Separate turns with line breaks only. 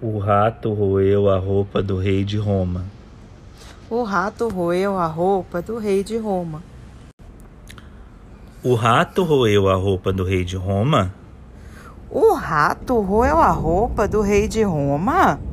O rato roeu a roupa do rei de Roma.
O rato roeu a roupa do rei de Roma.
O rato roeu a roupa do rei de Roma?
O rato roeu a roupa do rei de Roma?